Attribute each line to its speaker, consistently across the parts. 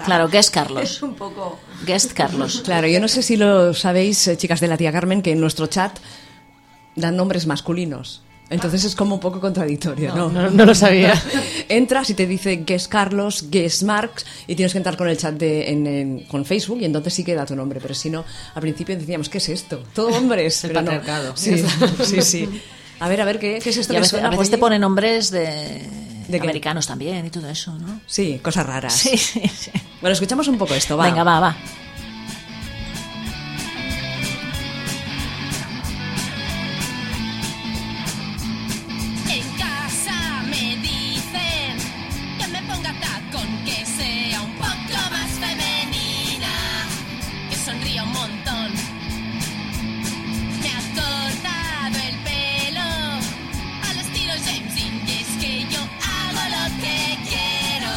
Speaker 1: Ah. Claro, Guest Carlos.
Speaker 2: Es un poco...
Speaker 1: Guest Carlos.
Speaker 3: Claro, yo no sé si lo sabéis, eh, chicas de la tía Carmen, que en nuestro chat dan nombres masculinos. Entonces es como un poco contradictorio, ¿no?
Speaker 4: No, no lo sabía.
Speaker 3: Entras y te dice Guest Carlos, Guest Marx, y tienes que entrar con el chat de, en, en- con Facebook y entonces sí queda tu nombre. Pero si no, al principio decíamos, ¿qué es esto? Todo hombres.
Speaker 4: El
Speaker 3: pero no.
Speaker 4: patriarcado.
Speaker 3: Sí, sí, sí. A ver, a ver, ¿qué, qué es esto
Speaker 1: Y a
Speaker 3: que
Speaker 1: veces,
Speaker 3: suena,
Speaker 1: a veces
Speaker 3: Goyi?
Speaker 1: te ponen nombres de,
Speaker 3: ¿De qué?
Speaker 1: americanos también y todo eso, ¿no?
Speaker 3: Sí, cosas raras.
Speaker 1: Sí, sí, sí.
Speaker 3: Bueno, escuchamos un poco esto, va.
Speaker 1: Venga, va, va.
Speaker 5: En casa me dicen que me ponga tacón, que sea un poco más femenina, que sonría un montón. Me ha cortado el pelo al estilo James Dean, y es que yo hago lo que quiero,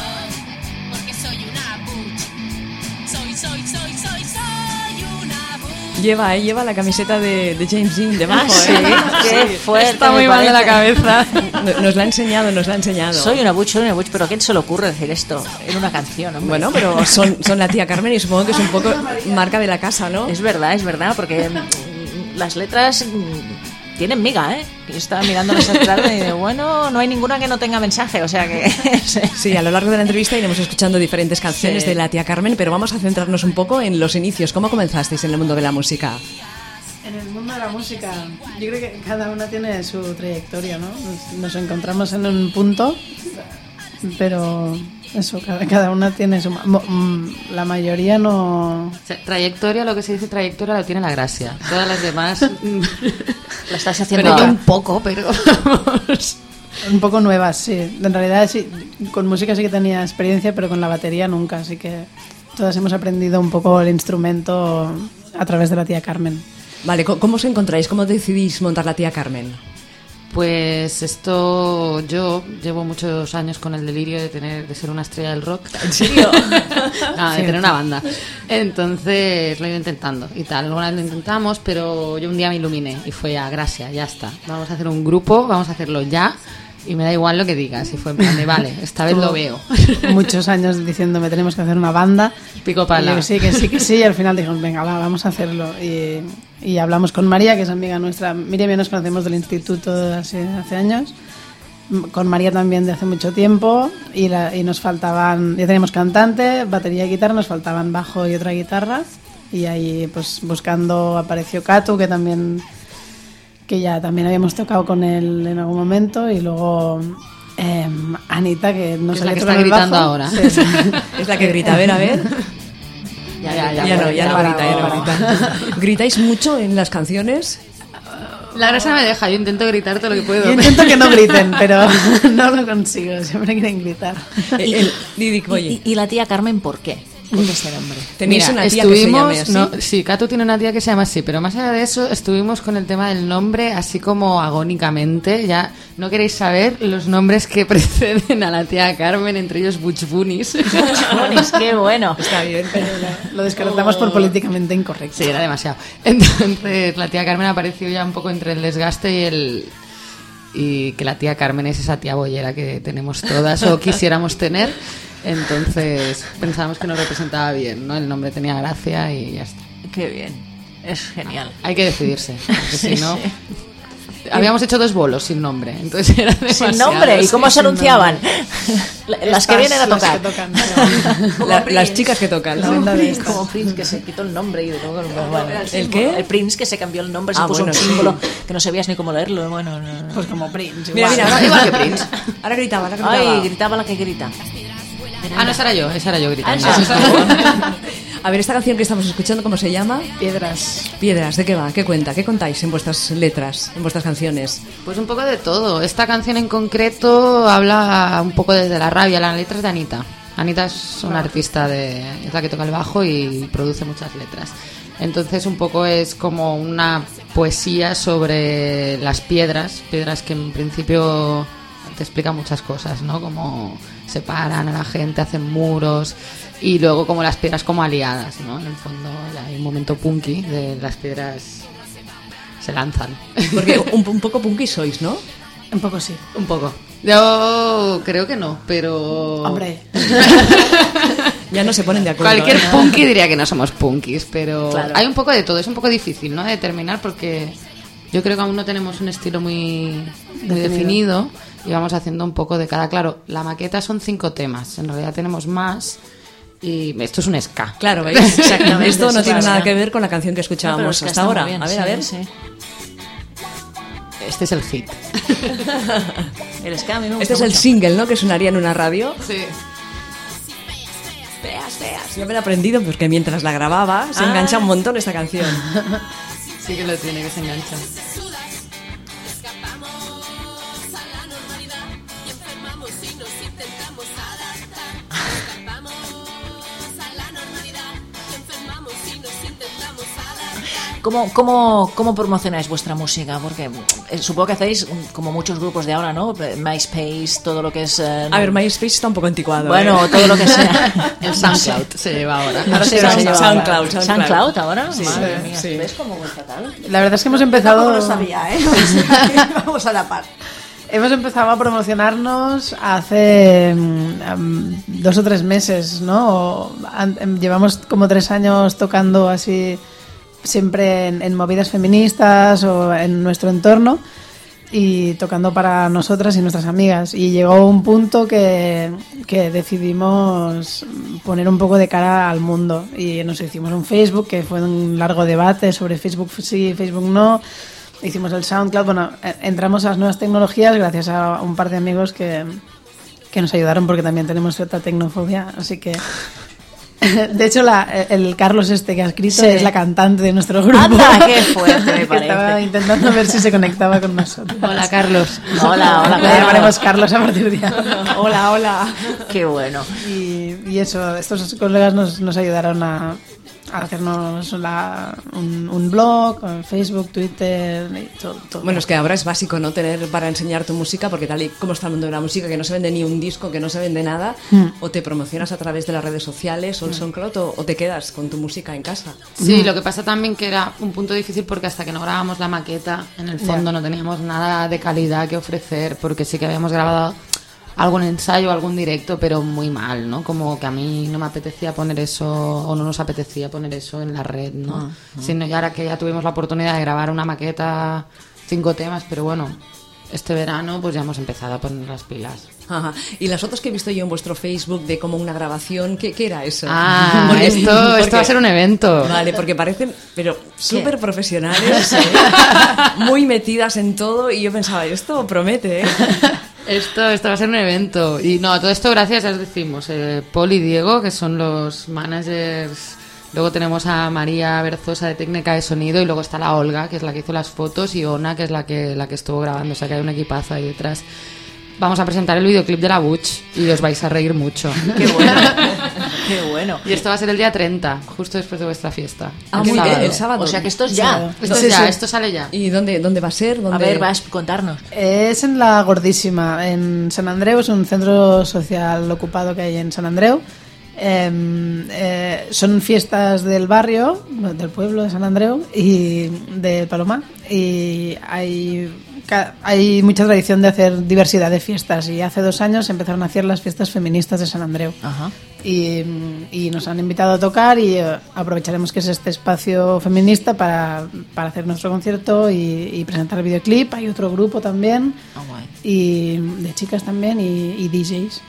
Speaker 5: porque soy una butch. Soy, soy, soy, soy, soy una butch.
Speaker 3: Lleva, eh, lleva la camiseta de, de James Dean debajo, ¿eh?
Speaker 1: Qué fuerte.
Speaker 4: Está
Speaker 1: me
Speaker 4: muy mal de la
Speaker 1: parece.
Speaker 4: cabeza.
Speaker 3: No- Nos la ha enseñado, nos la ha enseñado.
Speaker 1: Soy una bucha, soy una bucha, pero ¿a quién se le ocurre decir esto en una canción? hombre?
Speaker 3: Bueno, pero son, son la tía Carmen y supongo que es un poco marca de la casa, ¿no?
Speaker 1: Es verdad, es verdad, porque mm, las letras mm, tienen miga, ¿eh? Yo estaba mirando las letras y digo, bueno, no hay ninguna que no tenga mensaje, o sea que...
Speaker 3: Sí, a lo largo de la entrevista iremos escuchando diferentes canciones
Speaker 1: Sí.
Speaker 3: de la tía Carmen, pero vamos a centrarnos un poco en los inicios. ¿Cómo comenzasteis en el mundo de la música?
Speaker 6: En el mundo de la música, yo creo que cada una tiene su trayectoria, ¿no? Nos, nos encontramos en un punto, pero eso, cada, cada una tiene su... ma- mo- mm, La mayoría no...
Speaker 4: O sea, trayectoria, lo que se dice trayectoria, lo tiene la gracia. Todas las demás.
Speaker 1: Lo estás haciendo
Speaker 4: pero yo
Speaker 1: ahora.
Speaker 4: un poco, pero. vamos.
Speaker 6: Un poco nuevas, sí. En realidad, sí, con música sí que tenía experiencia, pero con la batería nunca, así que todas hemos aprendido un poco el instrumento a través de la tía Carmen.
Speaker 3: Vale, co- ¿cómo os encontráis? ¿Cómo decidís montar la tía Carmen?
Speaker 4: Pues esto yo llevo muchos años con el delirio de tener de ser una estrella del rock. ¿En serio? de tener una banda. Entonces lo he ido intentando y tal. Alguna vez lo intentamos, pero yo un día me iluminé y fue a gracia, ya está. Vamos a hacer un grupo, vamos a hacerlo ya y me da igual lo que digas. Y fue en plan de, vale, esta vez lo veo.
Speaker 6: Muchos años diciéndome tenemos que hacer una banda.
Speaker 4: Pico pala.
Speaker 6: Y yo que sí, que sí, que sí. Y al final dijimos, venga, va, vamos a hacerlo. Y, y hablamos con María, que es amiga nuestra. Miriam y yo nos conocemos del instituto de hace, hace años. M- Con María también de hace mucho tiempo. Y, la- y nos faltaban, ya teníamos cantante, batería y guitarra, nos faltaban bajo y otra guitarra. Y ahí, pues buscando, apareció Katu, que también que ya también habíamos tocado con él en algún momento y luego eh, Anita que no
Speaker 4: Que es
Speaker 6: sabía
Speaker 4: la que
Speaker 6: tocar
Speaker 4: está
Speaker 6: el
Speaker 4: gritando
Speaker 6: bajo.
Speaker 4: ahora.
Speaker 6: Sí.
Speaker 3: Es la que grita, a ver, a ver.
Speaker 4: Ya, ya,
Speaker 3: Ya,
Speaker 4: ya.
Speaker 3: no, ya no
Speaker 6: ya,
Speaker 3: grita, ya no grita. ¿Gritáis mucho en las canciones?
Speaker 4: La gracia me deja, yo intento gritar todo lo que puedo.
Speaker 6: Yo intento que no griten, pero no lo consigo, siempre quieren gritar.
Speaker 3: El, el- Didi,
Speaker 1: Y,
Speaker 3: oye,
Speaker 1: y- y la tía Carmen, ¿por qué? ¿Por qué ese nombre?
Speaker 3: tenéis
Speaker 4: Mira,
Speaker 3: una tía que se
Speaker 4: estuvimos,
Speaker 3: llame así.
Speaker 4: no, sí, Cato tiene una tía que se llama así, pero más allá de eso, estuvimos con el tema del nombre así como agónicamente. Ya no queréis saber los nombres que preceden a la tía Carmen, entre ellos Butch Bunnies.
Speaker 1: Jones, qué bueno.
Speaker 3: Está bien, pero...
Speaker 6: Lo descartamos por políticamente incorrecto.
Speaker 4: Sí, era demasiado. Entonces la tía Carmen apareció ya un poco entre el desgaste y el... Y que la tía Carmen es esa tía bollera que tenemos todas o quisiéramos tener. Entonces pensábamos que nos representaba bien, ¿no? El nombre tenía gracia y ya está.
Speaker 1: Qué bien. Es genial.
Speaker 4: Hay que decidirse. porque
Speaker 1: Sí,
Speaker 4: si no...
Speaker 1: sí.
Speaker 4: Habíamos hecho dos bolos sin nombre, entonces era demasiado.
Speaker 1: Sin nombre, ¿y cómo se anunciaban? La- Las que
Speaker 6: Estas,
Speaker 1: vienen a
Speaker 6: las
Speaker 1: tocar.
Speaker 6: que tocan, pero-
Speaker 3: La- las chicas que tocan,
Speaker 6: La
Speaker 3: ¿no?
Speaker 6: banda de estas.
Speaker 1: Como Prince que se quitó el nombre y luego
Speaker 3: ¿El qué?
Speaker 1: El Prince que se cambió el nombre, se
Speaker 3: Ah,
Speaker 1: puso
Speaker 3: bueno,
Speaker 1: un
Speaker 3: sí.
Speaker 1: símbolo que no sabías ni cómo leerlo. Bueno, no, no.
Speaker 6: Pues como Prince.
Speaker 3: Mira,
Speaker 6: igual.
Speaker 3: mira, ahora,
Speaker 4: Igual que Prince.
Speaker 3: ahora gritaba, ahora gritaba.
Speaker 1: Ay, gritaba la que grita.
Speaker 4: Ah, no, esa era yo, esa era yo gritando.
Speaker 1: Ah,
Speaker 3: A ver, esta canción que estamos escuchando, ¿cómo se llama?
Speaker 6: Piedras.
Speaker 3: Piedras, ¿de qué va? ¿Qué cuenta? ¿Qué contáis en vuestras letras, en vuestras canciones?
Speaker 4: Pues un poco de todo. Esta canción en concreto habla un poco desde la rabia. La letra es de Anita. Anita es una artista, de, es la que toca el bajo y produce muchas letras. Entonces un poco es como una poesía sobre las piedras, piedras que en principio te explican muchas cosas, ¿no? Como separan a la gente, hacen muros y luego como las piedras como aliadas, ¿no? En el fondo hay un momento punky de las piedras se lanzan.
Speaker 3: Porque un, un poco punky sois, ¿no?
Speaker 6: Un poco sí.
Speaker 2: Oh.
Speaker 4: Un poco. Yo creo que no, pero.
Speaker 6: Hombre.
Speaker 3: Ya no se ponen de acuerdo.
Speaker 4: Cualquier
Speaker 3: ¿eh?
Speaker 4: punky diría que no somos punkis, pero
Speaker 3: Claro.
Speaker 4: hay un poco de todo. Es un poco difícil, ¿no? De determinar porque yo creo que aún no tenemos un estilo muy, muy definido y vamos haciendo un poco de cada. Claro, la maqueta son cinco temas. En realidad tenemos más y esto es un ska.
Speaker 3: Claro, ¿veis? Exactamente. Esto no
Speaker 1: Sí,
Speaker 3: tiene
Speaker 1: claro.
Speaker 3: nada que ver con la canción que
Speaker 1: No, pero
Speaker 3: escuchábamos
Speaker 1: es que
Speaker 3: hasta
Speaker 1: está muy
Speaker 3: ahora.
Speaker 1: bien,
Speaker 3: a ver, a
Speaker 1: sí,
Speaker 3: ver.
Speaker 1: sí.
Speaker 4: Este es el hit.
Speaker 1: El ska a mí me gusta
Speaker 3: Este es el
Speaker 1: mucho.
Speaker 3: single, ¿no? Que sonaría en una radio.
Speaker 4: Sí.
Speaker 3: Yo me lo he aprendido porque mientras la grababa se engancha un montón esta canción.
Speaker 4: Sí que lo tiene, que se engancha.
Speaker 1: ¿Cómo, cómo, cómo promocionáis vuestra música? Porque eh, supongo que hacéis mm, como muchos grupos de ahora, ¿no? MySpace, todo lo que es... eh,
Speaker 3: A ver, MySpace está un poco anticuado.
Speaker 1: bueno,
Speaker 3: ¿eh?
Speaker 1: todo lo que sea.
Speaker 4: El SoundCloud se lleva ahora.
Speaker 1: Ahora se
Speaker 3: Sí,
Speaker 1: llama-
Speaker 3: SoundCloud,
Speaker 1: SoundCloud.
Speaker 3: SoundCloud.
Speaker 1: SoundCloud ahora? Madre
Speaker 6: Sí,
Speaker 1: mía,
Speaker 6: sí.
Speaker 1: ¿ves cómo voy fatal?
Speaker 6: La verdad es que hemos
Speaker 2: Tampoco
Speaker 6: empezado.
Speaker 2: lo sabía, ¿eh? Vamos a la par.
Speaker 6: Hemos empezado a promocionarnos hace mm, am, dos o tres meses, ¿no? O an- em, llevamos como tres años tocando así siempre en, en movidas feministas o en nuestro entorno y tocando para nosotras y nuestras amigas. Y llegó un punto que, que decidimos poner un poco de cara al mundo y nos hicimos un Facebook, que fue un largo debate sobre Facebook sí, Facebook no. Hicimos el SoundCloud, bueno, e- entramos a las nuevas tecnologías gracias a un par de amigos que, que nos ayudaron porque también tenemos cierta tecnofobia, así que... De hecho, la- el Carlos este que ha escrito
Speaker 1: Sí.
Speaker 6: es la cantante de nuestro grupo.
Speaker 1: Anda, qué fuerte, me
Speaker 6: Que
Speaker 1: parece.
Speaker 6: Estaba intentando ver si se conectaba con nosotros.
Speaker 4: Hola, Carlos.
Speaker 1: Hola, hola,
Speaker 6: Le llamaremos Carlos a partir de ahora.
Speaker 2: Hola, hola.
Speaker 1: Qué bueno.
Speaker 6: Y, y eso, estos colegas nos, nos ayudaron a, a hacernos la- un, un blog, eh, Facebook, Twitter, y todo. todo.
Speaker 3: Bueno, es que ahora es básico, ¿no? Tener para enseñar tu música, porque tal y como está el mundo de la música, que no se vende ni un disco, que no se vende nada, o te promocionas a través de las redes sociales o el SoundCloud, o, o te quedas con tu música en casa.
Speaker 4: Sí, lo que pasa también que era un punto difícil porque hasta que no grabábamos la maqueta, en el fondo no teníamos nada de calidad que ofrecer, porque sí que habíamos grabado algún ensayo, algún directo, pero muy mal, ¿no? Como que a mí no me apetecía poner eso, o no nos apetecía poner eso en la red, ¿no? Sino ya ahora que ya tuvimos la oportunidad de grabar una maqueta, cinco temas, pero bueno, este verano pues ya hemos empezado a poner las pilas.
Speaker 3: Ajá. Y las fotos que he visto yo en vuestro Facebook de como una grabación, ¿qué, qué era eso?
Speaker 4: Ah,
Speaker 3: Porque-
Speaker 4: esto, esto va a
Speaker 3: porque-
Speaker 4: ser un evento.
Speaker 3: Vale, porque parecen, pero súper profesionales, ¿eh? muy metidas en todo, y yo pensaba, esto promete, ¿eh?
Speaker 4: Esto, esto va a ser un evento. Y no, todo esto gracias, ya os decimos, eh, Paul y Diego, que son los managers. Luego tenemos a María Berzosa de técnica de sonido y luego está la Olga, que es la que hizo las fotos, y Ona, que es la que, la que estuvo grabando. O sea que hay un equipazo ahí detrás. Vamos a presentar el videoclip de la Butch y os vais a reír mucho.
Speaker 1: Qué bueno. Qué bueno.
Speaker 4: Y esto va a ser el día 30, justo después de vuestra fiesta.
Speaker 3: Ah,
Speaker 4: El
Speaker 3: muy bien,
Speaker 4: sábado.
Speaker 3: el sábado.
Speaker 1: O sea que esto es ya.
Speaker 4: Esto, es
Speaker 6: Sí,
Speaker 4: ya,
Speaker 6: sí.
Speaker 4: esto sale ya.
Speaker 3: ¿Y dónde, dónde va a ser?
Speaker 1: A
Speaker 3: ¿Dónde-
Speaker 1: ver, vas a contarnos.
Speaker 6: Es en La Gordísima, en San Andreu, es un centro social ocupado que hay en San Andreu. Em, eh, son fiestas del barrio, bueno, del pueblo de San Andreu y de Paloma. Y hay, ca- hay mucha tradición de hacer diversidad de fiestas. Y hace dos años empezaron a hacer las fiestas feministas de San Andreu.
Speaker 1: Ajá.
Speaker 6: Y, mm, y nos han invitado a tocar y eh, aprovecharemos que es este espacio feminista para, para hacer nuestro concierto y, y presentar el videoclip. Hay otro grupo también
Speaker 1: Ah, guay.
Speaker 6: y de chicas también y, y DJs.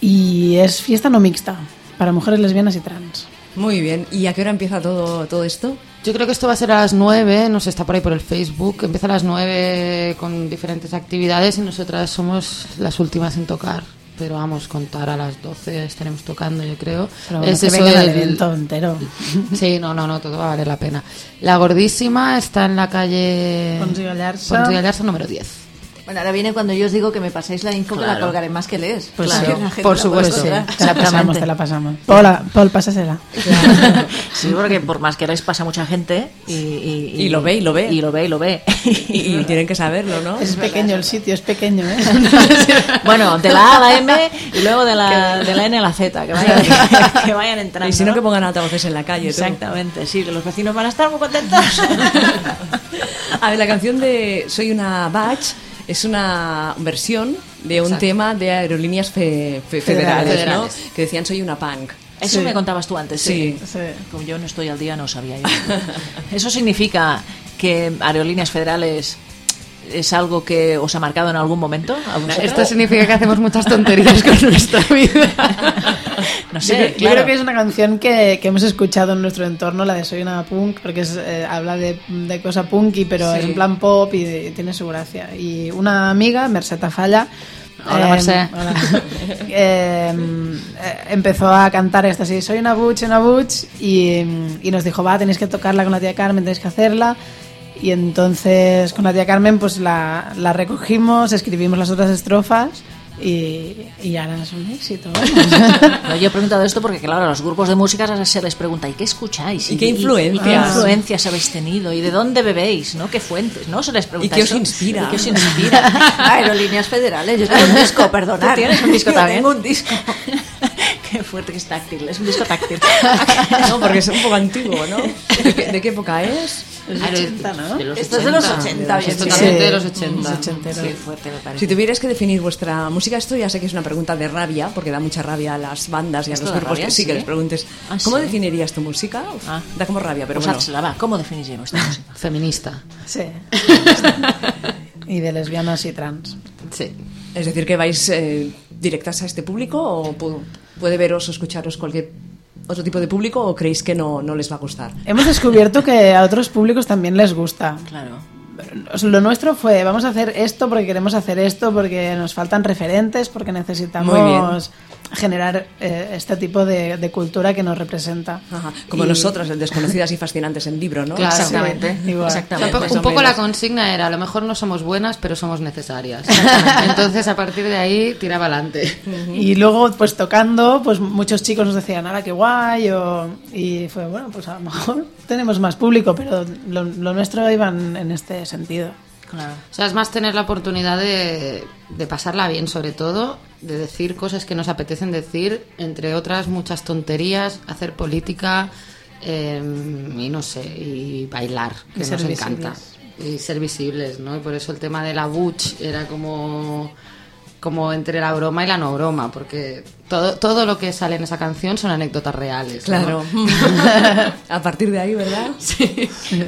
Speaker 6: Y es fiesta no mixta para mujeres lesbianas y trans.
Speaker 3: Muy bien, ¿y a qué hora empieza todo, todo esto?
Speaker 4: Yo creo que esto va a ser a las 9, nos está por ahí por el Facebook. Empieza a las 9 con diferentes actividades y nosotras somos las últimas en tocar. Pero vamos, contar a las 12 estaremos tocando, yo creo.
Speaker 6: Pero bueno, que
Speaker 4: eso
Speaker 6: vengan al
Speaker 4: del-
Speaker 6: evento entero.
Speaker 4: Sí, no, no, no, todo va a valer la pena. La gordísima está en la calle.
Speaker 6: Ponce Gallarza.
Speaker 4: Ponce Gallarza número 10.
Speaker 2: Bueno, ahora viene cuando yo os digo que me paséis la info que la
Speaker 1: Claro.
Speaker 2: colgaré más que lees.
Speaker 6: Pues
Speaker 2: Así
Speaker 6: sí.
Speaker 2: que la gente
Speaker 4: Por
Speaker 2: la puede
Speaker 4: supuesto.
Speaker 6: Pues sí,
Speaker 2: encontrar.
Speaker 6: te la pasamos, te la pasamos. Paula, Paul, pásasela.
Speaker 1: Sí, porque por más que eres pasa mucha gente y, y,
Speaker 3: Y lo ve, y lo ve.
Speaker 1: Y lo ve, y lo ve.
Speaker 3: Y, y tienen que saberlo, ¿no?
Speaker 6: Es pequeño el sitio, es pequeño, ¿eh?
Speaker 1: bueno, de la A a la M y luego de la, de la N a la Z, que vayan, que vayan entrando.
Speaker 3: Y si no,
Speaker 1: ¿no?
Speaker 3: que pongan altavoces en la calle. tú.
Speaker 1: Exactamente, sí, que los vecinos van a estar muy contentos.
Speaker 3: A ver, la canción de Soy una Batch es una versión de un
Speaker 4: Exacto.
Speaker 3: tema de aerolíneas fe- fe- federales,
Speaker 4: Federales.
Speaker 3: ¿no? Que decían, soy una punk.
Speaker 1: Eso
Speaker 6: Sí.
Speaker 1: me contabas tú antes, sí.
Speaker 6: Sí.
Speaker 1: Como yo no estoy al día, no sabía yo. Eso significa que Aerolíneas Federales es algo que os ha marcado en algún momento. a vosotros?
Speaker 4: Esto significa que hacemos muchas tonterías con nuestra vida.
Speaker 1: no
Speaker 6: Yo creo-
Speaker 1: sé,
Speaker 6: yo
Speaker 1: claro.
Speaker 6: creo que es una canción que, que hemos escuchado en nuestro entorno, la de Soy una punk, porque es, eh, habla de, de cosa punky, pero
Speaker 4: Sí.
Speaker 6: es en plan pop y, de- tiene su gracia. Y una amiga, Merceta Falla,
Speaker 4: Hola, Mercé.
Speaker 6: hola. Em, eh, empezó a cantar esta así, Soy una butch, una butch, y, em, y nos dijo, va, tenéis que tocarla con la tía Carmen, tenéis que hacerla. Y entonces con la tía Carmen pues la, la recogimos, escribimos las otras estrofas y, y ahora es un éxito.
Speaker 1: No, yo he preguntado esto porque, claro, a los grupos de música ahora se les pregunta ¿y qué escucháis?
Speaker 3: ¿Y qué
Speaker 1: ¿Y, qué
Speaker 3: influencias?
Speaker 1: influencias habéis tenido? ¿Y de dónde bebéis? ¿No? ¿Qué fuentes? ¿No? Se les pregunta
Speaker 3: ¿Y qué os
Speaker 1: eso.
Speaker 3: inspira?
Speaker 1: ¿Y qué os inspira?
Speaker 2: Aerolíneas federales, yo tengo un disco,
Speaker 1: ¿Tú
Speaker 2: perdonad.
Speaker 1: tienes un disco
Speaker 2: Yo
Speaker 1: también?
Speaker 2: Tengo un disco.
Speaker 1: qué fuerte que es táctil. Es un disco táctil.
Speaker 3: No, porque es un poco antiguo, ¿no? ¿De qué, de qué época es?
Speaker 4: De los
Speaker 2: Esto es de los 80,
Speaker 4: Es
Speaker 2: bien,
Speaker 4: totalmente
Speaker 6: sí.
Speaker 4: de los 80.
Speaker 6: Los 80.
Speaker 1: Qué fuerte me parece.
Speaker 3: Si tuvieras que definir vuestra música, esto ya sé que es una pregunta de rabia, porque da mucha rabia a las bandas y a
Speaker 1: ¿Esto
Speaker 3: los
Speaker 1: da
Speaker 3: grupos
Speaker 1: rabia?
Speaker 3: que sí que
Speaker 1: Sí.
Speaker 3: les preguntes.
Speaker 1: Ah,
Speaker 3: ¿Cómo
Speaker 1: sí.
Speaker 3: definirías tu música? Uf,
Speaker 1: Ah.
Speaker 3: Da como rabia, pero
Speaker 1: Pues
Speaker 3: bueno.
Speaker 1: hazla, va. ¿Cómo definís yo esta música?
Speaker 4: Feminista.
Speaker 6: Sí. y de lesbianas y trans.
Speaker 4: Sí.
Speaker 3: Es decir, que vais eh, directas a este público o pu- puede veros o escucharos cualquier otro tipo de público o creéis que no, no les va a gustar.
Speaker 6: Hemos descubierto que a otros públicos también les gusta.
Speaker 1: Claro.
Speaker 6: O sea, Lo nuestro fue, vamos a hacer esto porque queremos hacer esto, porque nos faltan referentes, porque
Speaker 3: Muy bien.
Speaker 6: necesitamos generar eh, este tipo de, de cultura que nos representa.
Speaker 3: Ajá, Como
Speaker 6: Y-
Speaker 3: nosotras, el Desconocidas y Fascinantes en libro, ¿no?
Speaker 4: Claro.
Speaker 1: Exactamente.
Speaker 6: Sí, igual.
Speaker 4: O sea,
Speaker 1: Exactamente.
Speaker 4: un poco-
Speaker 6: Pues
Speaker 4: un poco
Speaker 6: amigos.
Speaker 4: la consigna era, a lo mejor no somos buenas, pero somos necesarias. Entonces, a partir de ahí, tiraba adelante.
Speaker 6: Y luego, pues tocando, pues muchos chicos nos decían, ahora qué guay, o- y fue, bueno, pues a lo mejor tenemos más público, pero lo, lo nuestro iba en en este sentido.
Speaker 1: Claro.
Speaker 4: O sea, es más tener la oportunidad de, de pasarla bien, sobre todo, de decir cosas que nos apetecen decir, entre otras muchas tonterías, hacer política eh, y no sé, y bailar,
Speaker 6: Y
Speaker 4: que
Speaker 6: ser
Speaker 4: nos encanta.
Speaker 6: visibles.
Speaker 4: Y ser visibles, ¿no? Y por eso el tema de la butch era como como entre la broma y la no broma, porque todo, todo lo que sale en esa canción son anécdotas reales. ¿no?
Speaker 3: Claro. a partir de ahí, ¿verdad?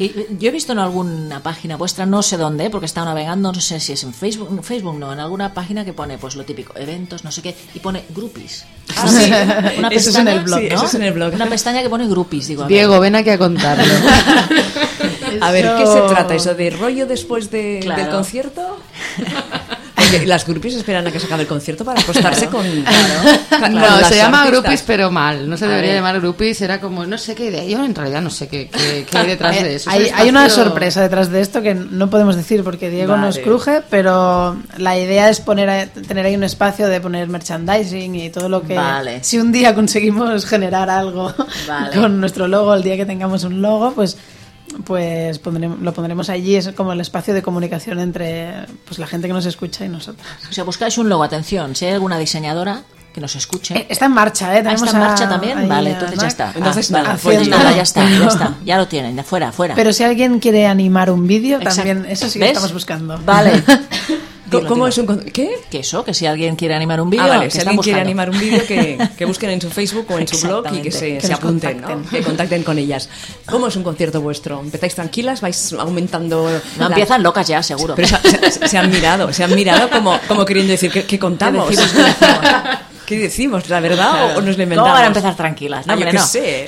Speaker 1: Y yo he visto en alguna página vuestra, no sé dónde, porque estaba navegando, no sé si es en Facebook, en Facebook no, en alguna página que pone, pues lo típico, eventos, no sé qué, y pone groupies.
Speaker 3: Ah, sí.
Speaker 6: Eso es en el blog,
Speaker 3: sí,
Speaker 1: ¿no?
Speaker 3: eso es en el blog.
Speaker 1: Una pestaña que pone groupies, digo. a ver.
Speaker 4: Diego, ven aquí a contarlo.
Speaker 3: A ver, ¿qué se
Speaker 6: Eso-
Speaker 3: trata? ¿Eso de rollo después de-
Speaker 1: Claro.
Speaker 3: del concierto? Porque las groupies esperan a que se acabe el concierto para acostarse con. con- con
Speaker 4: No,
Speaker 3: las
Speaker 4: se llama
Speaker 3: artistas.
Speaker 4: groupies, pero mal. No se
Speaker 1: A
Speaker 4: debería
Speaker 1: ver.
Speaker 4: llamar groupies. Era como, no sé qué idea. Yo en realidad no sé qué, qué- qué hay detrás de eso. Es
Speaker 6: Hay,
Speaker 4: un
Speaker 6: hay una
Speaker 4: espacio-
Speaker 6: sorpresa detrás de esto que no podemos decir porque Diego nos
Speaker 3: Vale.
Speaker 6: cruje, pero la idea es poner a- tener ahí un espacio de poner merchandising y todo lo que...
Speaker 1: Vale.
Speaker 6: Si un día conseguimos generar algo
Speaker 1: Vale.
Speaker 6: con nuestro logo, el día que tengamos un logo, pues pues pondremos, lo pondremos allí, es como el espacio de comunicación entre pues la gente que nos escucha y nosotros.
Speaker 1: O sea, buscáis un logo, atención, si hay alguna diseñadora que nos escuche.
Speaker 6: Eh, Está en marcha, ¿eh?
Speaker 1: Ah,
Speaker 6: Tenemos
Speaker 1: ¿Está en
Speaker 6: a-
Speaker 1: marcha también?
Speaker 6: ahí
Speaker 1: vale,
Speaker 6: a
Speaker 1: entonces ya
Speaker 6: Mac.
Speaker 1: está.
Speaker 3: Entonces
Speaker 1: Ah,
Speaker 3: nada,
Speaker 1: vale,
Speaker 3: pues
Speaker 1: pues
Speaker 3: ya.
Speaker 1: nada, ya está, ya está. Ya lo tienen, de afuera, afuera.
Speaker 6: Pero si alguien quiere animar un vídeo, también eso sí que
Speaker 1: ¿Ves?
Speaker 6: estamos buscando.
Speaker 1: Vale.
Speaker 3: Co-
Speaker 1: Dilo,
Speaker 3: ¿Cómo
Speaker 1: dilo.
Speaker 3: es un con- ¿Qué?
Speaker 1: Que eso, que si alguien quiere animar un vídeo,
Speaker 3: Ah, vale,
Speaker 1: que
Speaker 3: si
Speaker 1: están
Speaker 3: alguien quiere
Speaker 1: buscando.
Speaker 3: animar un vídeo, que, que busquen en su Facebook o en su blog y que se,
Speaker 1: Exactamente,
Speaker 6: que
Speaker 3: se
Speaker 6: nos
Speaker 3: apunten, ¿no?
Speaker 6: contacten.
Speaker 3: que contacten con ellas. ¿Cómo es un concierto vuestro? ¿Empezáis tranquilas? ¿Vais aumentando?
Speaker 1: No,
Speaker 3: la-
Speaker 1: empiezan locas ya, seguro.
Speaker 3: Pero se, se- se han mirado, se han mirado como, como queriendo decir, ¿qué, qué contamos?
Speaker 1: ¿Qué decimos? ¿Qué decimos?
Speaker 3: ¿Qué decimos? ¿La verdad o, o nos la inventamos?
Speaker 1: ¿Cómo van a empezar tranquilas? No,
Speaker 3: Ah, yo
Speaker 1: hombre,
Speaker 3: qué
Speaker 1: no.
Speaker 3: sé.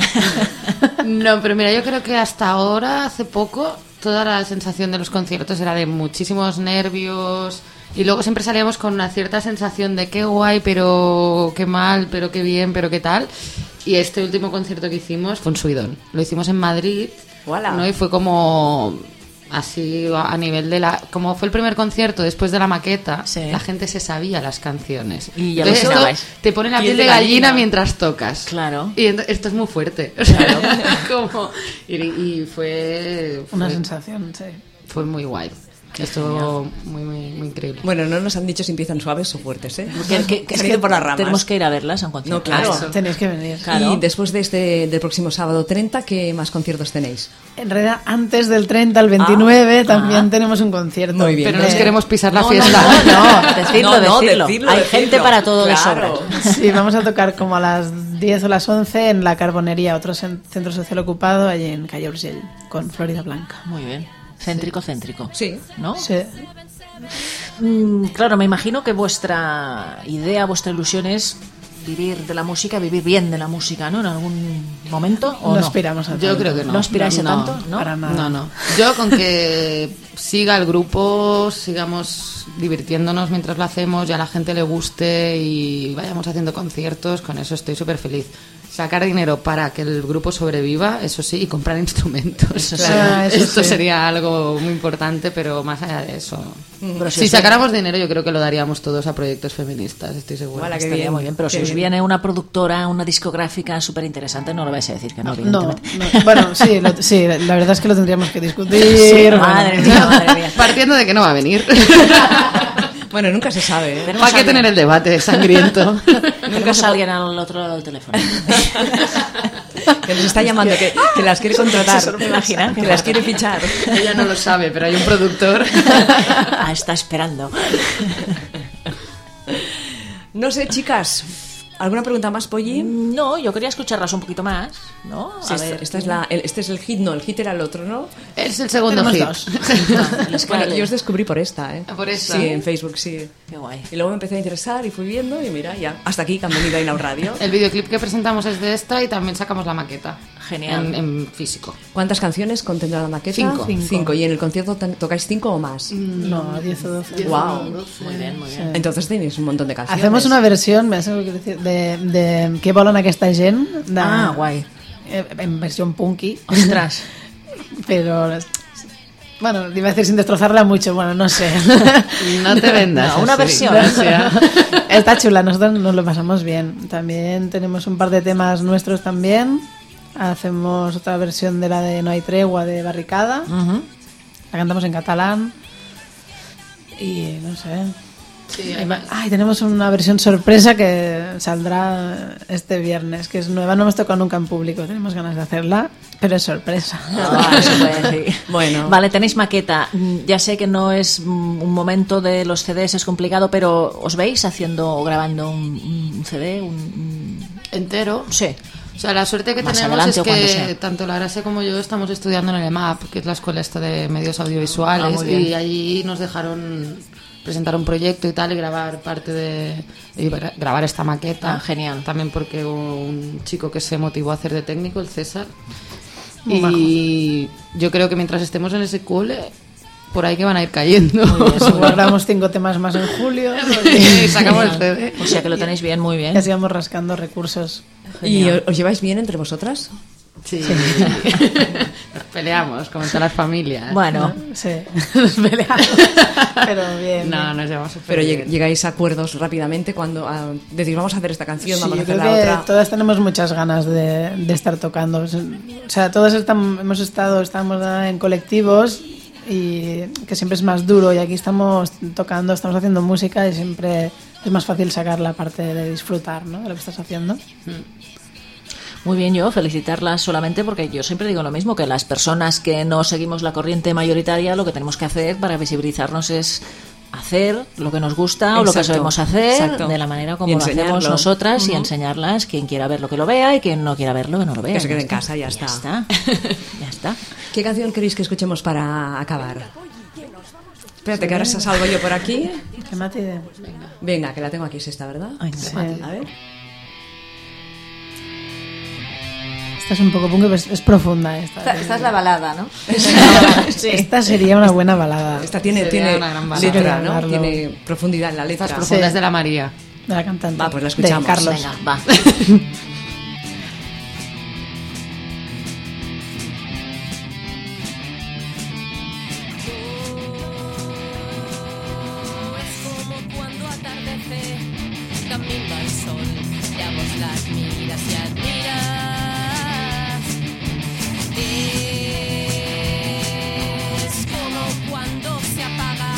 Speaker 4: No, pero mira, yo creo que hasta ahora, hace poco, toda la sensación de los conciertos era de muchísimos nervios. Y luego siempre salíamos con una cierta sensación de qué guay, pero qué mal, pero qué bien, pero qué tal. Y este último concierto que hicimos fue un subidón. Lo hicimos en Madrid.
Speaker 3: Uala.
Speaker 4: ¿no? Y fue como así a a nivel de la como fue el primer concierto después de la maqueta
Speaker 1: Sí.
Speaker 4: la gente se sabía las canciones
Speaker 1: Y ya lo
Speaker 4: Entonces, esto
Speaker 1: sonabais.
Speaker 4: te pone la
Speaker 3: Piel
Speaker 4: piel,
Speaker 3: de
Speaker 4: de gallina
Speaker 3: gallina.
Speaker 4: mientras tocas
Speaker 1: Claro.
Speaker 4: y ento- esto es muy fuerte. o sea, como, y, y fue, fue,
Speaker 6: Una sensación, sí.
Speaker 4: fue muy guay. Esto muy, muy, muy increíble.
Speaker 3: Bueno, no nos han dicho si empiezan suaves o fuertes, ¿eh?
Speaker 1: Que- que- que-
Speaker 3: Se han ido por las ramas.
Speaker 1: Tenemos que ir a verlas a un concierto. Ah,
Speaker 3: No, claro.
Speaker 1: Eso.
Speaker 6: Tenéis que venir.
Speaker 1: Claro.
Speaker 3: Y después de este, del próximo sábado 30, ¿qué más conciertos tenéis?
Speaker 6: En realidad, antes del 30 al 29
Speaker 1: Ah.
Speaker 6: también tenemos un concierto.
Speaker 3: Muy bien.
Speaker 4: Pero no nos
Speaker 6: Eh,
Speaker 4: queremos pisar la
Speaker 1: No, no,
Speaker 4: fiesta.
Speaker 1: no, no, decirlo,
Speaker 3: No, no,
Speaker 1: decirlo.
Speaker 3: decirlo,
Speaker 1: Hay
Speaker 3: decirlo.
Speaker 1: gente para todo de
Speaker 3: Claro.
Speaker 1: sobra.
Speaker 6: Sí, vamos a tocar como a las 10 o las 11 en La Carbonería, otro cen- centro social ocupado allí en Calle Urgell, con Florida Blanca.
Speaker 1: Muy bien. Céntrico, céntrico.
Speaker 3: Sí.
Speaker 1: ¿No?
Speaker 6: Sí.
Speaker 1: Mm, claro, me imagino que vuestra idea, vuestra ilusión es vivir de la música, vivir bien de la música, ¿no? En algún momento. ¿o
Speaker 6: No
Speaker 1: no
Speaker 6: aspiramos a
Speaker 4: Yo
Speaker 6: tanto.
Speaker 4: creo que no.
Speaker 1: ¿No aspiráis a
Speaker 4: No,
Speaker 1: tanto? ¿no?
Speaker 6: para nada.
Speaker 4: No, no. Yo con que siga el grupo, sigamos divirtiéndonos mientras lo hacemos y a la gente le guste y vayamos haciendo conciertos, con eso estoy súper feliz. Sacar dinero para que el grupo sobreviva, eso sí, y comprar instrumentos.
Speaker 1: Eso
Speaker 4: O
Speaker 1: sí.
Speaker 4: sea,
Speaker 6: Ah, eso
Speaker 4: Esto
Speaker 6: sí.
Speaker 4: sería algo muy importante, pero más allá de eso.
Speaker 1: Pero si
Speaker 4: si
Speaker 1: os-
Speaker 4: sacáramos dinero, yo creo que lo daríamos todos a proyectos feministas, estoy segura.
Speaker 3: Ojalá que
Speaker 1: Estaría
Speaker 4: Estaría
Speaker 3: bien.
Speaker 1: muy bien, pero si
Speaker 3: Qué
Speaker 1: os
Speaker 3: bien.
Speaker 1: viene una productora, una discográfica súper interesante, no lo vais a decir que no,
Speaker 6: No, no.
Speaker 1: evidentemente.
Speaker 6: Bueno, sí, lo- sí, la verdad es que lo tendríamos que discutir.
Speaker 1: Sí,
Speaker 6: bueno.
Speaker 1: madre mía, madre mía.
Speaker 4: Partiendo de que no va a venir.
Speaker 3: Bueno, nunca se sabe, ¿eh?
Speaker 1: Tenemos
Speaker 4: ¿Para qué
Speaker 1: alguien.
Speaker 4: tener el debate sangriento?
Speaker 1: Tenemos a alguien al otro lado del teléfono.
Speaker 3: Que nos está llamando, que, que las quiere contratar.
Speaker 1: Se imagina.
Speaker 3: Que las quiere fichar.
Speaker 4: Ella no lo sabe, pero hay un productor.
Speaker 1: ah, está esperando.
Speaker 3: No sé, chicas, ¿alguna pregunta más, Polly?
Speaker 1: No, yo quería escucharlas un poquito más, ¿no?
Speaker 3: Sí, esta- esta es la, el- este es el hit, no, el hit era el otro, ¿no?
Speaker 4: Es el segundo
Speaker 6: Tenemos
Speaker 4: hit.
Speaker 6: dos.
Speaker 1: Les
Speaker 3: Bueno,
Speaker 1: cale.
Speaker 3: yo os descubrí por esta, ¿eh?
Speaker 4: Ah, por esta.
Speaker 3: Sí, en Facebook, sí.
Speaker 1: Qué guay.
Speaker 3: Y luego me empecé a interesar y fui viendo y mira, ya. Hasta aquí que han venido a Inaud Radio.
Speaker 4: El videoclip que presentamos es de esta y también sacamos la maqueta.
Speaker 1: Genial.
Speaker 4: En, en físico.
Speaker 3: ¿Cuántas canciones contendrá la maqueta?
Speaker 4: Cinco.
Speaker 3: Cinco. ¿Y en el concierto tan- tocáis cinco o más?
Speaker 6: No, 10 o 12.
Speaker 3: ¡Wow!
Speaker 1: Muy bien, muy bien.
Speaker 3: Entonces tenéis un montón de canciones.
Speaker 6: Hacemos una
Speaker 1: pues.
Speaker 6: versión, me hace lo que quiero decir, de, de Què volen aquesta gent? De,
Speaker 1: Ah, guai.
Speaker 6: Eh, en versión punky.
Speaker 1: Ostras.
Speaker 6: Pero, bueno, iba a decir sin destrozarla mucho, bueno, no sé.
Speaker 4: No te vendas.
Speaker 1: No, una
Speaker 4: así.
Speaker 1: versión.
Speaker 6: Está chula, nosotros nos lo pasamos bien. También tenemos un par de temas nuestros también. Hacemos otra versión de la de No hay tregua de Barricada.
Speaker 1: Ujú.
Speaker 6: La cantamos en catalán. Y no sé.
Speaker 4: Sí, hay más.
Speaker 6: Ay, tenemos una versión sorpresa que saldrá este viernes, que es nueva, no hemos tocado nunca en público, tenemos ganas de hacerla, pero es sorpresa.
Speaker 2: Ah, eso puede, sí.
Speaker 3: Bueno.
Speaker 1: Vale, tenéis maqueta. Mm, Ya sé que no es mm, un momento de los CDs, es complicado, pero ¿os veis haciendo o grabando un, un CD? Un, un-
Speaker 4: Entero.
Speaker 1: Sí.
Speaker 4: O sea, la suerte que
Speaker 1: Más
Speaker 4: tenemos
Speaker 1: adelante
Speaker 4: es
Speaker 1: o cuando sea.
Speaker 4: que tanto la Gracia como yo estamos estudiando en el EMAP, que es la escuela esta de medios
Speaker 1: Ah,
Speaker 4: audiovisuales,
Speaker 1: muy bien.
Speaker 4: y allí nos dejaron presentar un proyecto y tal y grabar parte de y gra- grabar esta maqueta.
Speaker 1: Ah, genial.
Speaker 4: También porque un chico que se motivó a hacer de técnico, el César. Y yo creo que mientras estemos en ese cole, por ahí que van a ir cayendo.
Speaker 6: Si Pues guardamos cinco temas más en julio,
Speaker 4: Y sacamos el CD.
Speaker 1: O sea que lo tenéis bien, muy bien.
Speaker 6: ya sigamos rascando recursos.
Speaker 3: ¿Y os os lleváis bien entre vosotras?
Speaker 4: Sí. Nos peleamos, como en todas las familias.
Speaker 1: Bueno,
Speaker 6: Sí, nos peleamos, pero bien.
Speaker 4: no, nos llevamos súper
Speaker 1: Pues
Speaker 3: Pero lleg-
Speaker 4: bien.
Speaker 3: llegáis a acuerdos rápidamente cuando ah, decís vamos a hacer esta canción,
Speaker 6: Sí,
Speaker 3: vamos a
Speaker 6: yo
Speaker 3: hacer
Speaker 6: creo
Speaker 3: la
Speaker 6: que
Speaker 3: otra.
Speaker 6: todas tenemos muchas ganas de, de estar tocando. O sea, todas estamos, hemos estado, estamos en colectivos y que siempre es más duro y aquí estamos tocando, estamos haciendo música y siempre es más fácil sacar la parte de disfrutar ¿no? de lo que estás haciendo.
Speaker 1: Muy bien, yo felicitarlas solamente porque yo siempre digo lo mismo, que las personas que no seguimos la corriente mayoritaria, lo que tenemos que hacer para visibilizarnos es hacer lo que nos gusta o lo que
Speaker 3: Exacto,
Speaker 1: sabemos hacer
Speaker 3: exacto.
Speaker 1: de la manera como
Speaker 3: Y
Speaker 1: lo hacemos
Speaker 3: enseñarlo.
Speaker 1: nosotras y enseñarlas, quien quiera verlo que lo vea y quien no quiera verlo que no lo vea.
Speaker 3: Que
Speaker 1: Ya
Speaker 3: se quede en
Speaker 1: está.
Speaker 3: casa, ya está.
Speaker 1: Ya está. Ya está.
Speaker 3: ¿Qué canción queréis que escuchemos para acabar? Espérate, que ahora se salgo yo por aquí.
Speaker 6: ¿Qué mate de-
Speaker 3: Venga, que la tengo aquí, es esta, ¿verdad?
Speaker 1: Ay, no.
Speaker 6: Sí.
Speaker 3: A ver.
Speaker 6: Esta es un poco punk, pero es, es profunda esta.
Speaker 2: Esta, esta es la balada, ¿no?
Speaker 6: Esta sería una buena balada.
Speaker 3: Esta tiene,
Speaker 4: Sería
Speaker 3: tiene
Speaker 4: una gran balada.
Speaker 3: letra,
Speaker 6: Sí,
Speaker 3: ¿no?
Speaker 6: Carlos.
Speaker 3: Tiene profundidad en la letra.
Speaker 4: Las profundas de la María.
Speaker 6: De la cantante.
Speaker 3: Va, pues la escuchamos.
Speaker 6: De Carlos.
Speaker 1: Venga, va.
Speaker 5: Es como cuando atardece, camino al sol, ya vos las miras y admiras. Es como cuando se apaga.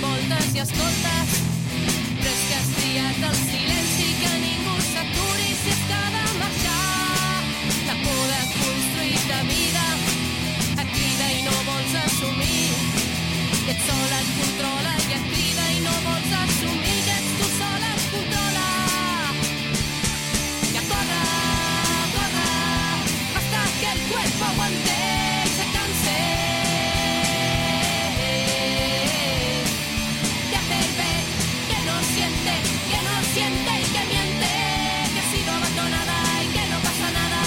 Speaker 5: portes. Però és que has triat el silenci que ningú s'aturi si has de marxar. La por de construir la vida et crida i no vols assumir. Que ets sola et controla i et crida i no vols assumir que ets tu sola et controla. Ya corra, corra, hasta que el cuerpo aguante y se canse de hacer ver que no siente, que no siente y que miente, que ha sido abandonada y que no pasa nada,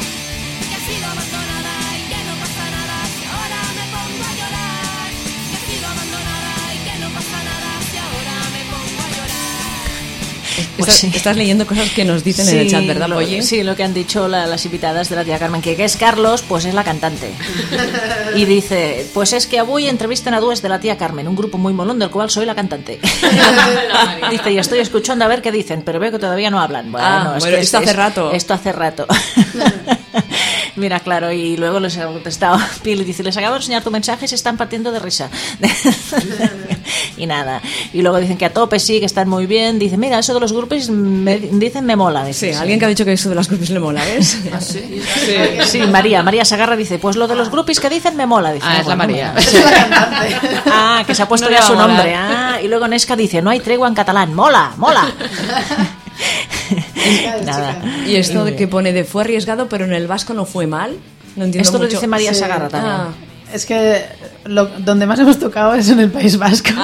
Speaker 5: que ha sido abandonada y que no pasa nada, si ahora me pongo a llorar, que ha sido abandonada y que no pasa nada, si ahora me pongo a llorar.
Speaker 1: Pues
Speaker 3: estás,
Speaker 1: sí.
Speaker 3: estás leyendo cosas que nos dicen en el chat, ¿verdad,
Speaker 1: lo,
Speaker 3: Boye?
Speaker 1: Sí, lo que han dicho la- las invitadas de la tía Carmen, que, que es Carlos, pues es la cantante. Y dice, pues es que avui entrevistan a Dues de la tía Carmen, un grupo muy molón del cual soy la cantante. dice, y estoy escuchando a ver qué dicen, pero veo que todavía no hablan. Bueno,
Speaker 3: Ah,
Speaker 1: es
Speaker 3: bueno,
Speaker 1: que
Speaker 3: esto
Speaker 1: es-
Speaker 3: hace
Speaker 1: es-
Speaker 3: rato.
Speaker 1: Esto hace rato. Mira, claro, y luego les ha contestado Pili, dice, les acabo de enseñar tu mensaje y se están partiendo de risa. y nada. Y luego dicen que a tope sí, que están muy bien. Dice, mira, eso de los grupos me dicen me mola. Dice,
Speaker 3: Sí, alguien que ha dicho que eso de las grupis le mola, ¿ves?
Speaker 1: Ah, Sí, María, María se agarra y dice, pues lo de los grupis que dicen me mola. Dice,
Speaker 4: Ah, es la
Speaker 1: bueno,
Speaker 4: María.
Speaker 1: mira. Ah, que se ha puesto
Speaker 4: No le
Speaker 1: ya
Speaker 4: va a
Speaker 1: su
Speaker 4: molar.
Speaker 1: nombre. Ah, y luego Nesca dice, no hay tregua en catalán, mola, mola. Nada.
Speaker 3: Y esto de que pone de fue arriesgado, pero en el vasco no fue mal. No entiendo
Speaker 1: Esto lo
Speaker 3: mucho.
Speaker 1: dice María
Speaker 3: Sí.
Speaker 1: Sagarra también.
Speaker 3: Ah,
Speaker 6: Es que lo- donde más hemos tocado es en el País Vasco.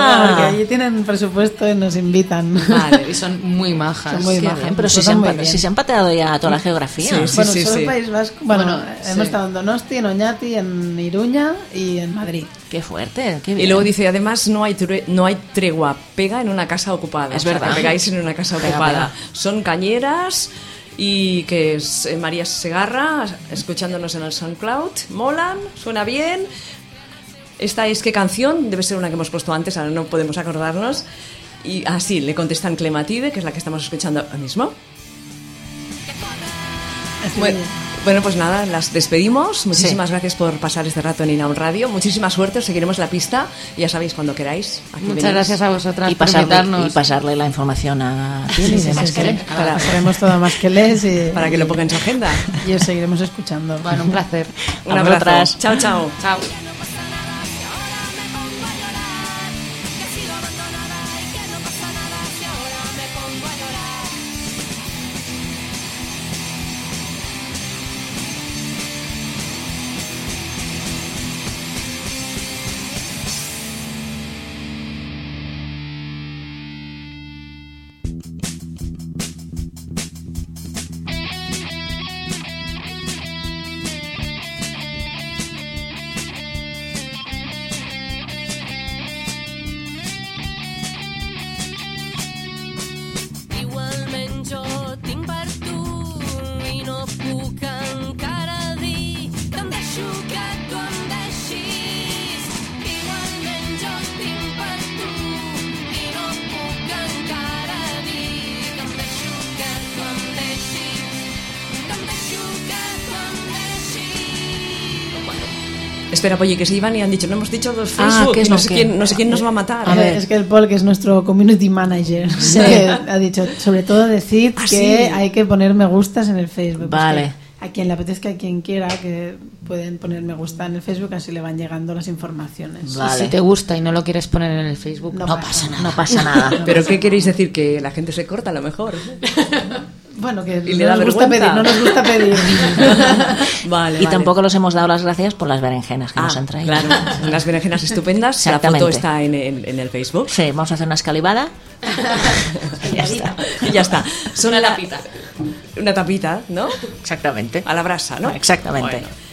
Speaker 3: Ah,
Speaker 1: vale.
Speaker 6: Porque allí tienen presupuesto y nos invitan.
Speaker 3: vale.
Speaker 4: Y son muy majas.
Speaker 6: Son muy
Speaker 1: Qué
Speaker 6: bajas,
Speaker 1: bien, pero si
Speaker 6: nos
Speaker 1: se,
Speaker 6: tratan
Speaker 1: han,
Speaker 6: Pues muy
Speaker 1: pa-
Speaker 6: bien.
Speaker 1: si se han pateado ya toda la geografía.
Speaker 3: Sí, sí.
Speaker 6: Bueno, solo el País Vasco. Bueno, hemos
Speaker 3: sí.
Speaker 6: estado en Donosti, en Oñati, en Iruña y en Madrid.
Speaker 1: Qué fuerte, qué bien.
Speaker 3: Y luego dice, además no hay, tre- no hay tregua, pega en una casa ocupada.
Speaker 1: Es
Speaker 3: O sea, que
Speaker 1: verdad.
Speaker 3: pegáis en una casa
Speaker 1: Pega,
Speaker 3: ocupada.
Speaker 1: pega.
Speaker 3: Son cañeras y que es eh, María Segarra, escuchándonos en el SoundCloud. Molan, suena bien. Esta es qué canción, debe ser una que hemos puesto antes, ahora no podemos acordarnos. Y así le contestan Clematide, que es la que estamos escuchando ahora mismo. Bueno, bueno, pues nada, las despedimos. Muchísimas gracias por pasar este rato en Inaun Radio. Muchísima suerte, os seguiremos la pista. y Ya sabéis cuando queráis. aquí venís.
Speaker 4: Muchas gracias a vosotras
Speaker 1: y
Speaker 4: por
Speaker 1: pasarle,
Speaker 4: invitarnos.
Speaker 1: y pasarle la información a Pili de Masqueré.
Speaker 6: Para, haremos todo más que les y,
Speaker 3: Para que lo ponga en su agenda.
Speaker 6: y os seguiremos escuchando.
Speaker 4: Bueno, un placer.
Speaker 3: Un
Speaker 1: A
Speaker 3: abrazo.
Speaker 1: vosotras.
Speaker 3: Chao, chao.
Speaker 4: Chao.
Speaker 5: que ha sido abandonada y que no pasa nada si ahora me pongo a llorar. Igualment jo tinc per tu i no puc encara dir que em deixo que tu em deixis. Igualment jo tinc per tu i no puc encara dir que em deixo que tu em deixis. Que em deixo que tu em deixis.
Speaker 3: Espera, oye, que se iban y han dicho, no hemos dicho los
Speaker 1: Ah,
Speaker 3: Facebook.
Speaker 1: ¿qué es
Speaker 3: y no,
Speaker 1: lo
Speaker 3: sé
Speaker 1: que-
Speaker 3: quién, no sé quién nos va a matar.
Speaker 1: A ver.
Speaker 6: Es que el Paul, que es nuestro community manager, que ha dicho, sobre todo decid
Speaker 3: Ah,
Speaker 6: que
Speaker 3: sí.
Speaker 6: hay que poner me gustas en el Facebook.
Speaker 1: Vale.
Speaker 6: que a quien le apetezca, a quien quiera, que pueden poner me gusta en el Facebook, así le van llegando las informaciones.
Speaker 1: Vale.
Speaker 4: Si te gusta y no lo quieres poner en el Facebook,
Speaker 6: No
Speaker 4: no,
Speaker 6: pasa
Speaker 4: pasa nada.
Speaker 1: No pasa nada.
Speaker 3: Pero ¿qué queréis decir? Que la gente se corta a lo mejor.
Speaker 6: Bueno, que
Speaker 3: Y le da
Speaker 6: no, nos gusta pedir,
Speaker 3: vergüenza.
Speaker 6: no nos gusta pedir.
Speaker 3: vale.
Speaker 1: y
Speaker 3: vale.
Speaker 1: tampoco los hemos dado las gracias por las berenjenas que
Speaker 3: Ah,
Speaker 1: nos han traído.
Speaker 3: claro, unas berenjenas estupendas. La
Speaker 1: Exactamente.
Speaker 3: foto está en, en- en el Facebook.
Speaker 1: Sí, vamos a hacer una escalivada. Y ya está.
Speaker 3: Y ya está. Son una tapita. Una tapita, ¿no?
Speaker 1: Exactamente.
Speaker 3: A la brasa, ¿no?
Speaker 1: Exactamente.
Speaker 3: Bueno.